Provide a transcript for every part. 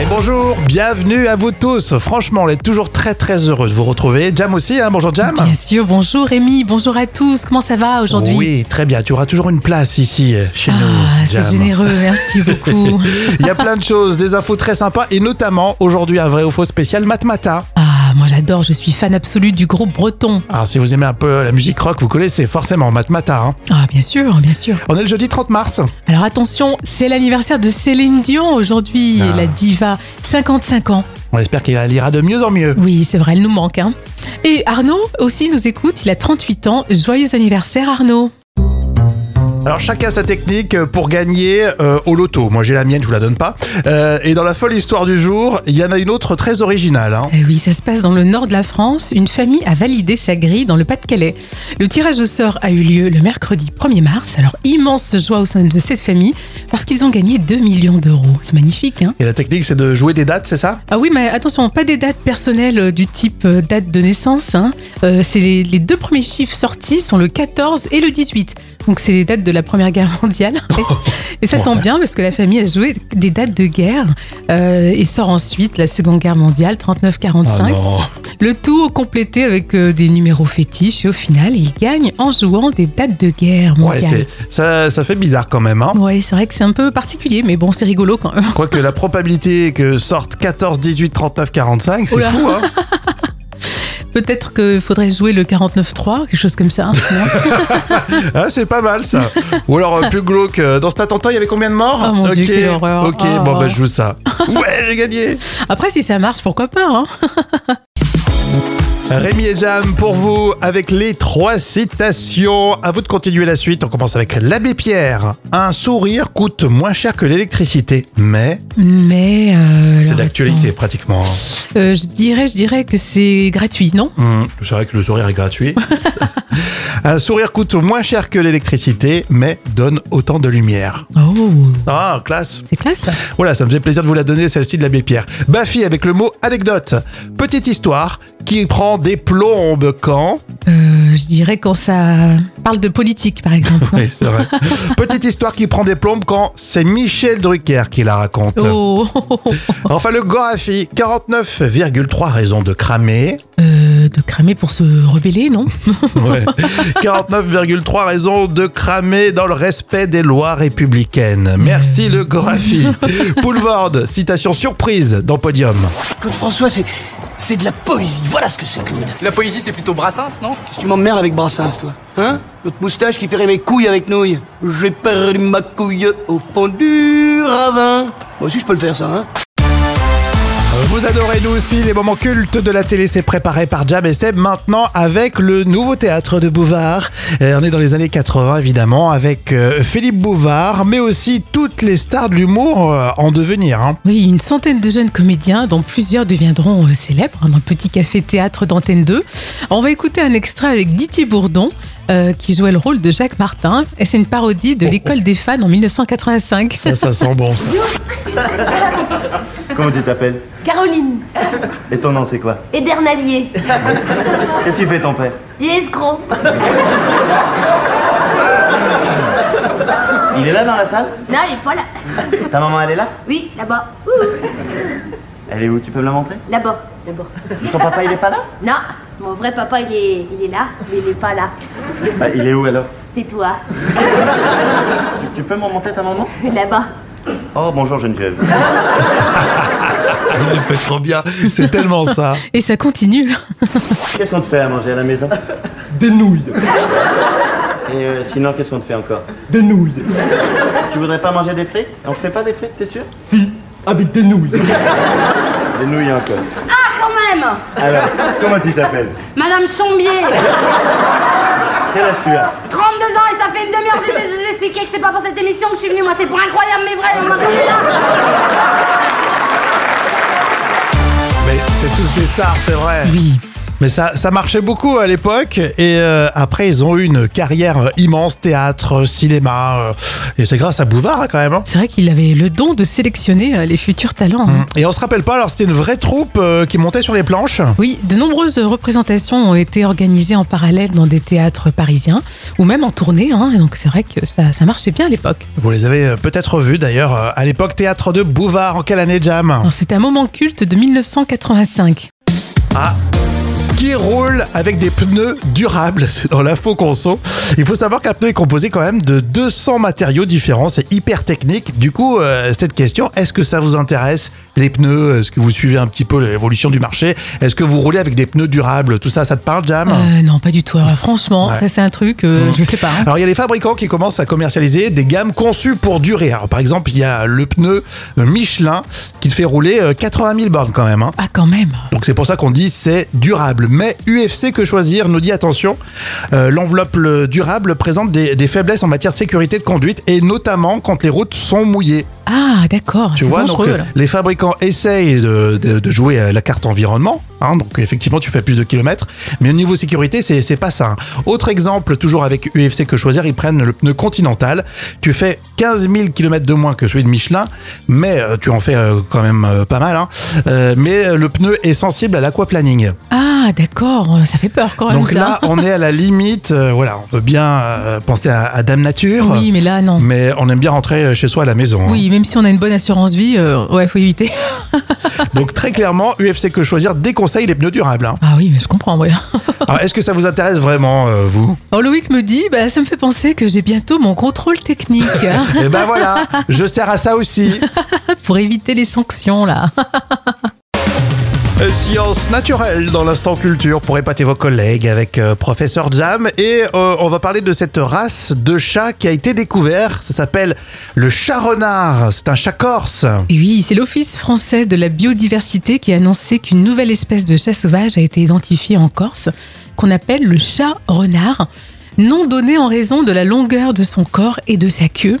Et bonjour, bienvenue à vous tous. Franchement, on est toujours très très heureux de vous retrouver. Jam aussi, hein, bonjour Jam. Bien sûr, bonjour Rémi, bonjour à tous, comment ça va aujourd'hui Oui, très bien. Tu auras toujours une place ici, euh, chez Ah, nous. c'est Jam. généreux, merci beaucoup. Il y a plein de choses, des infos très sympas et notamment aujourd'hui un vrai ou faux spécial Matmata. Ah, moi j'adore, je suis fan absolu du groupe breton. Alors si vous aimez un peu la musique rock, vous connaissez forcément Matmata. hein. Ah, bien sûr, bien sûr. On est le jeudi 30 mars. Alors attention, c'est l'anniversaire de Céline Dion aujourd'hui, Ah. la diva, 55 ans. On espère qu'elle ira de mieux en mieux. Oui, c'est vrai, elle nous manque. Hein. Et Arnaud aussi nous écoute, il a 38 ans. Joyeux anniversaire Arnaud. Alors chacun sa technique pour gagner euh, au loto. Moi j'ai la mienne, je vous la donne pas. Euh, et dans la folle histoire du jour, il y en a une autre très originale. hein. Eh oui, ça se passe dans le nord de la France. Une famille a validé sa grille dans le Pas-de-Calais. Le tirage au sort a eu lieu le mercredi 1er mars. Alors, immense joie au sein de cette famille parce qu'ils ont gagné 2 millions d'euros. C'est magnifique, hein Et la technique c'est de jouer des dates, c'est ça Ah oui, mais attention, pas des dates personnelles euh, du type euh, date de naissance. Hein. Euh, c'est les, les deux premiers chiffres sortis sont le 14 et le 18. Donc, c'est les dates de la Première Guerre mondiale. Et ça tombe bien parce que la famille a joué des dates de guerre euh, et sort ensuite la Seconde Guerre mondiale, 39-45. non. Le tout complété avec euh, des numéros fétiches et au final, il gagne en jouant des dates de guerre Ouais, mondiale. c'est, ça, ça fait bizarre quand même. Hein. Ouais, c'est vrai que c'est un peu particulier, mais bon, c'est rigolo quand même. Quoique la probabilité que sorte 14, 18, 39, 45, c'est Oula. fou. Hein Peut-être qu'il faudrait jouer le 49-3, quelque chose comme ça. hein. non Ah, c'est pas mal ça. Ou alors euh, plus glauque. euh, Dans cet attentat, il y avait combien de morts Oh mon Ok, Dieu, quelle horreur. Ok, Oh. bon bah je joue ça. Ouais, j'ai gagné. Après, si ça marche, pourquoi pas hein Rémi et Jam pour vous avec les trois citations. À vous de continuer la suite. On commence avec l'abbé Pierre. Un sourire coûte moins cher que l'électricité, mais Mais. euh, c'est alors, d'actualité pratiquement. attends. Euh, je, dirais, je dirais que c'est gratuit, non Hum, c'est vrai que le sourire est gratuit. Un sourire coûte moins cher que l'électricité, mais donne autant de lumière. Oh, Ah, classe. c'est classe. ça. Voilà, ça me faisait plaisir de vous la donner, celle-ci de l'abbé Pierre. Baffy avec le mot anecdote. Petite histoire qui prend des plombes quand... Euh, je dirais quand ça parle de politique, par exemple. non Oui, c'est vrai. Petite histoire qui prend des plombes quand c'est Michel Drucker qui la raconte. Oh, Enfin, le Gorafi, 49,3 raisons de cramer. Euh, de cramer pour se rebeller, non 49,3 raisons de cramer dans le respect des lois républicaines. Merci le Gorafi. Boulevard, citation surprise dans Podium. Claude François, c'est. C'est de la poésie, voilà ce que c'est, Claude. La poésie, c'est plutôt Brassens, non Qu'est-ce que tu m'emmerdes avec Brassens, toi Hein L'autre moustache qui ferait mes couilles avec nouilles. J'ai perdu ma couille au fond du ravin. Moi aussi, je peux le faire, ça, hein Vous adorez nous aussi, les moments cultes de la télé, c'est préparé par Jam et Seb maintenant avec le nouveau théâtre de Bouvard. Euh, on est dans les années 80 évidemment avec euh, Philippe Bouvard, mais aussi toutes les stars de l'humour euh, en devenir. hein. Oui, une centaine de jeunes comédiens, dont plusieurs deviendront euh, célèbres hein, dans le petit café-théâtre d'Antenne 2. On va écouter un extrait avec Didier Bourdon, euh, qui jouait le rôle de Jacques Martin, et c'est une parodie de l'école des fans en 1985. Ça, ça sent bon. ça. Comment tu t'appelles Caroline, Et ton nom c'est quoi édernalier, Qu'est-ce qu'il fait ton père il est escroc. Il est là dans la salle Non, il est pas là. Ta maman elle est là Oui, là-bas. Ouh, Elle est où Tu peux me la montrer Là-bas, là-bas. Ton papa il est pas là Non, mon vrai papa, il est, il est là, mais il est pas là. Bah, Il est où alors C'est toi, tu, tu peux me montrer ta maman là-bas. Oh bonjour Geneviève. Il Ah, le fait trop bien. C'est tellement ça. Et ça continue. Qu'est-ce qu'on te fait à manger à la maison Des nouilles, Et euh, sinon qu'est-ce qu'on te fait encore des nouilles, Tu voudrais pas manger des frites On te fait pas des frites, t'es sûr si, avec des nouilles. Des nouilles encore. Ah, quand même Alors, comment tu t'appelles Madame Chambier Quel âge tu as 32 ans et ça fait une demi-heure que j'essaie de vous expliquer que c'est pas pour cette émission que je suis venue, moi c'est pour incroyable mais vrai, on m'en est là Mais c'est tous des stars, c'est vrai. Oui. Mais ça, ça marchait beaucoup à l'époque. Et euh, après, ils ont eu une carrière euh, immense, théâtre, euh, cinéma. euh, et c'est grâce à Bouvard, hein, quand même. hein. C'est vrai qu'il avait le don de sélectionner euh, les futurs talents. hein. Et on se rappelle pas, alors c'était une vraie troupe euh, qui montait sur les planches. Oui, de nombreuses représentations ont été organisées en parallèle dans des théâtres parisiens ou même en tournée. hein. donc c'est vrai que ça, ça marchait bien à l'époque. Vous les avez euh, peut-être vus d'ailleurs euh, à l'époque, théâtre de Bouvard. En quelle année, Jam Alors, C'était un moment culte de 1985. Ah qui roule avec des pneus durables, c'est dans l'info conso. Il faut savoir qu'un pneu est composé quand même de 200 matériaux différents, c'est hyper technique. Du coup, euh, cette question, est-ce que ça vous intéresse les pneus Est-ce que vous suivez un petit peu l'évolution du marché Est-ce que vous roulez avec des pneus durables Tout ça, ça te parle, Jam Euh, non, pas du tout. Alors, franchement, Ah. Ouais. Mm. ça c'est un truc, euh, je le fais pas. hein. Alors il y a les fabricants qui commencent à commercialiser des gammes conçues pour durer. Alors, par exemple, il y a le pneu Michelin qui te fait rouler euh, 80 000 bornes quand même. hein. Ah quand même. Donc c'est pour ça qu'on dit c'est durable. Mais UFC que choisir nous dit attention, euh, l'enveloppe le- durable présente des, des faiblesses en matière de sécurité de conduite et notamment quand les routes sont mouillées. Ah d'accord. Tu c'est vois, donc dangereux, euh, alors. les fabricants essayent de, de- de jouer à la carte environnement. hein, donc effectivement, tu fais plus de kilomètres. Mais au niveau sécurité, c'est c'est pas ça. hein. Autre exemple, toujours avec UFC que choisir, ils prennent le pneu continental. Tu fais 15 000 km de moins que celui de Michelin, mais euh, tu en fais euh, quand même euh, pas mal. hein. Euh, mais euh, le pneu est sensible à l'aquaplaning. Ah d'accord. Ça fait peur quand même. Donc ça. là, on est à la limite. euh, voilà, on peut bien euh, penser à, à Dame Nature. Oui, mais là non. Mais on aime bien rentrer chez soi à la maison. hein. Oui, même si on a une bonne assurance vie, euh, ouais, faut éviter. Donc très clairement, UFC que choisir déconseille les pneus durables. hein. Ah oui, mais je comprends, voilà. Alors, Ah, est-ce que ça vous intéresse vraiment, euh, vous Alors Loïc me dit, bah, ça me fait penser que j'ai bientôt mon contrôle technique hein, Eh ben voilà, je sers à ça aussi. pour éviter les sanctions là. Science naturelle dans l'instant culture pour épater vos collègues avec euh, professeur Jam. Et euh, on va parler de cette race de chat qui a été découvert. Ça s'appelle le chat renard. C'est un chat corse. Et oui, c'est l'Office français de la biodiversité qui a annoncé qu'une nouvelle espèce de chat sauvage a été identifiée en Corse, qu'on appelle le chat renard, nom donné en raison de la longueur de son corps et de sa queue.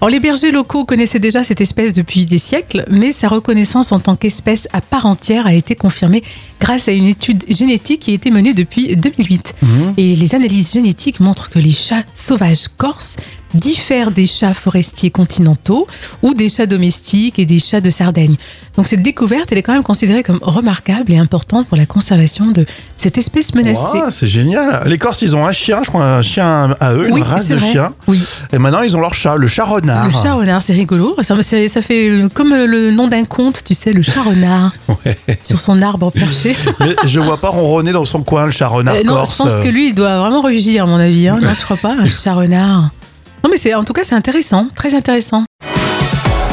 Alors, les bergers locaux connaissaient déjà cette espèce depuis des siècles, mais sa reconnaissance en tant qu'espèce à part entière a été confirmée grâce à une étude génétique qui a été menée depuis 2008. Et les analyses génétiques montrent que les chats sauvages corses diffèrent des chats forestiers continentaux ou des chats domestiques et des chats de Sardaigne. Donc cette découverte, elle est quand même considérée comme remarquable et importante pour la conservation de cette espèce menacée. Ouah, c'est génial. Les Corses, ils ont un chien, je crois, un chien à eux, Oui, une race c'est de Ah. vrai. chien. Oui. Et maintenant, ils ont leur chat, le chat renard. Le chat renard, c'est rigolo. Ça, c'est- ça fait euh, comme le nom d'un conte, tu sais, le chat renard sur son arbre perché. Mais je vois pas ronronner dans son coin, le chat renard Euh, non, corse. je pense que lui, il doit vraiment rugir, à mon avis. hein. Non, je crois pas, un chat renard. Non, mais c'est en tout cas, c'est intéressant, très intéressant.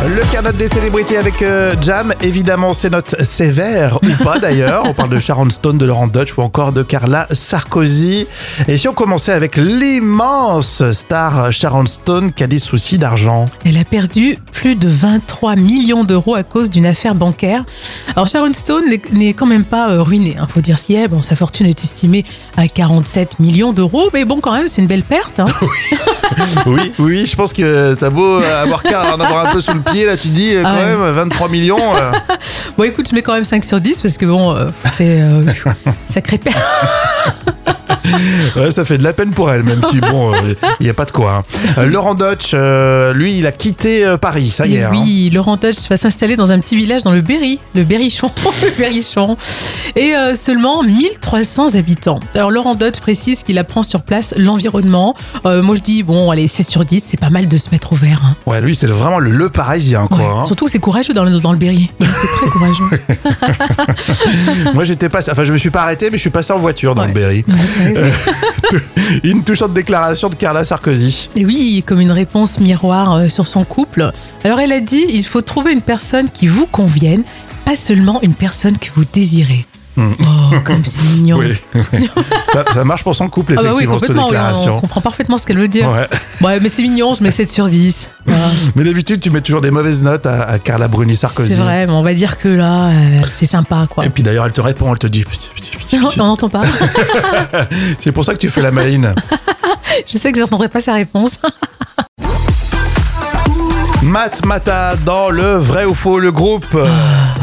Le carnet des célébrités avec euh, Jam, évidemment, c'est notes sévères ou pas d'ailleurs. On parle de Sharon Stone, de Laurent Dutch ou encore de Carla Sarkozy. Et si on commençait avec l'immense star Sharon Stone qui a des soucis d'argent Elle a perdu plus de 23 millions d'euros à cause d'une affaire bancaire. Alors Sharon Stone n'est- n'est quand même pas euh, ruinée, il faut dire ce qu'il y a. Bon, sa fortune est estimée à 47 millions d'euros, mais bon, quand même, c'est une belle perte. hein. Oui, oui, je pense que t'as beau euh, avoir, qu'à en avoir un peu sous le pied, là tu te dis euh, quand Ah ouais. même 23 millions. euh, Bon, écoute, je mets quand même 5 sur 10 parce que bon, euh, c'est euh, sacré perte. Ouais, ça fait de la peine pour elle, même si bon, il n'y a pas de quoi. hein. Euh, Laurent Dutch, euh, lui, il a quitté euh, Paris, ça y est. Et hein. oui, Laurent Dutch va s'installer dans un petit village dans le Berry, le Berrichon, le Berrichon. Et euh, seulement 1300 habitants. Alors Laurent Dutch précise qu'il apprend sur place l'environnement. Euh, moi je dis, bon, allez, 7 sur 10, c'est pas mal de se mettre au vert. hein. Ouais, lui, c'est vraiment le, le parisien, quoi. Ouais. hein. Surtout, c'est courageux dans le, dans le Berry. C'est très courageux. Moi, j'étais pas, enfin, je me suis pas arrêté, mais je suis passé en voiture dans Ouais. le Berry. Euh, Une touchante déclaration de Carla Sarkozy. Et oui, comme une réponse miroir euh, sur son couple. Alors elle a dit, il faut trouver une personne qui vous convienne, pas seulement une personne que vous désirez. Mm. Oh, comme c'est mignon. ça, ça marche pour son couple, Ah bah oui, effectivement, cette complètement, oui, on déclaration. comprend parfaitement ce qu'elle veut dire. Ouais. Ouais, mais c'est mignon, je mets 7 sur 10. Voilà. Mais d'habitude, tu mets toujours des mauvaises notes à, à Carla Bruni Sarkozy. c'est vrai, mais on va dire que là, euh, c'est sympa, quoi. Et puis d'ailleurs, elle te répond, elle te dit. Non, on n'entend pas. C'est pour ça que tu fais la maline. Je sais que j'entendrai pas sa réponse. Ah, Matmata dans le vrai ou faux, le groupe euh,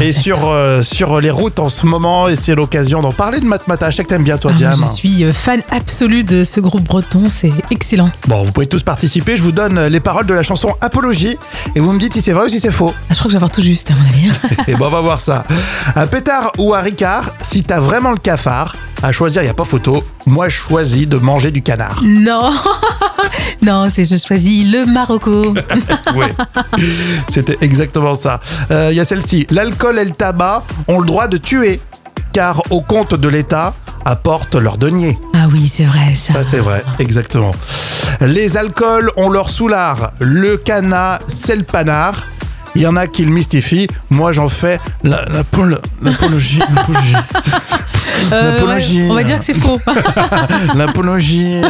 et sur, euh, sur les routes en ce moment. Et c'est l'occasion d'en parler de Matmata. Je sais que t'aimes bien, toi, Ah, moi, Diam. je suis euh, fan absolu de ce groupe breton, c'est excellent. Bon, vous pouvez tous participer. Je vous donne euh, les paroles de la chanson Apologie et vous me dites si c'est vrai ou si c'est faux. Ah, je crois que je vais avoir tout juste, à mon avis. hein. Et bon, on va voir ça. À Pétard ou à Ricard, si t'as vraiment le cafard, à choisir, il a pas photo. Moi, je choisis de manger du canard. non Non, c'est je choisis le Marocco. Oui. C'était exactement ça. Euh, Il y a celle-ci. L'alcool et le tabac ont le droit de tuer, car au compte de l'État apportent leur denier. Ah oui, c'est vrai, ça. Ça, c'est vrai, exactement. Les alcools ont leur soulard. Le canard, c'est le panard. Il y en a qui le mystifient. Moi, j'en fais la- la pol- l'apologie. l'apologie. Euh, L'apologie. ouais, on va dire que c'est faux. L'apologie.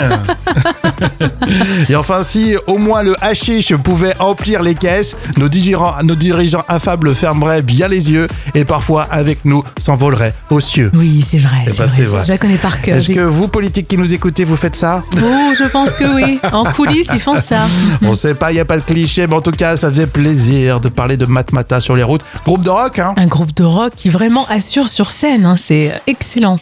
Et enfin, si au moins le hashish pouvait emplir les caisses, nos dirigeants, nos dirigeants affables fermeraient bien les yeux et parfois avec nous s'envoleraient aux cieux. oui, c'est vrai. Eh c'est ben, vrai. c'est vrai. Je la connais par cœur. Est-ce que vous, politiques qui nous écoutez, vous faites ça Oh, je pense que oui. En coulisses, ils font ça. On sait pas, il n'y a pas de cliché, mais en tout cas, ça faisait plaisir de parler de Matmata sur les routes. Groupe de rock, hein Un groupe de rock qui vraiment assure sur scène, hein, c'est excellent.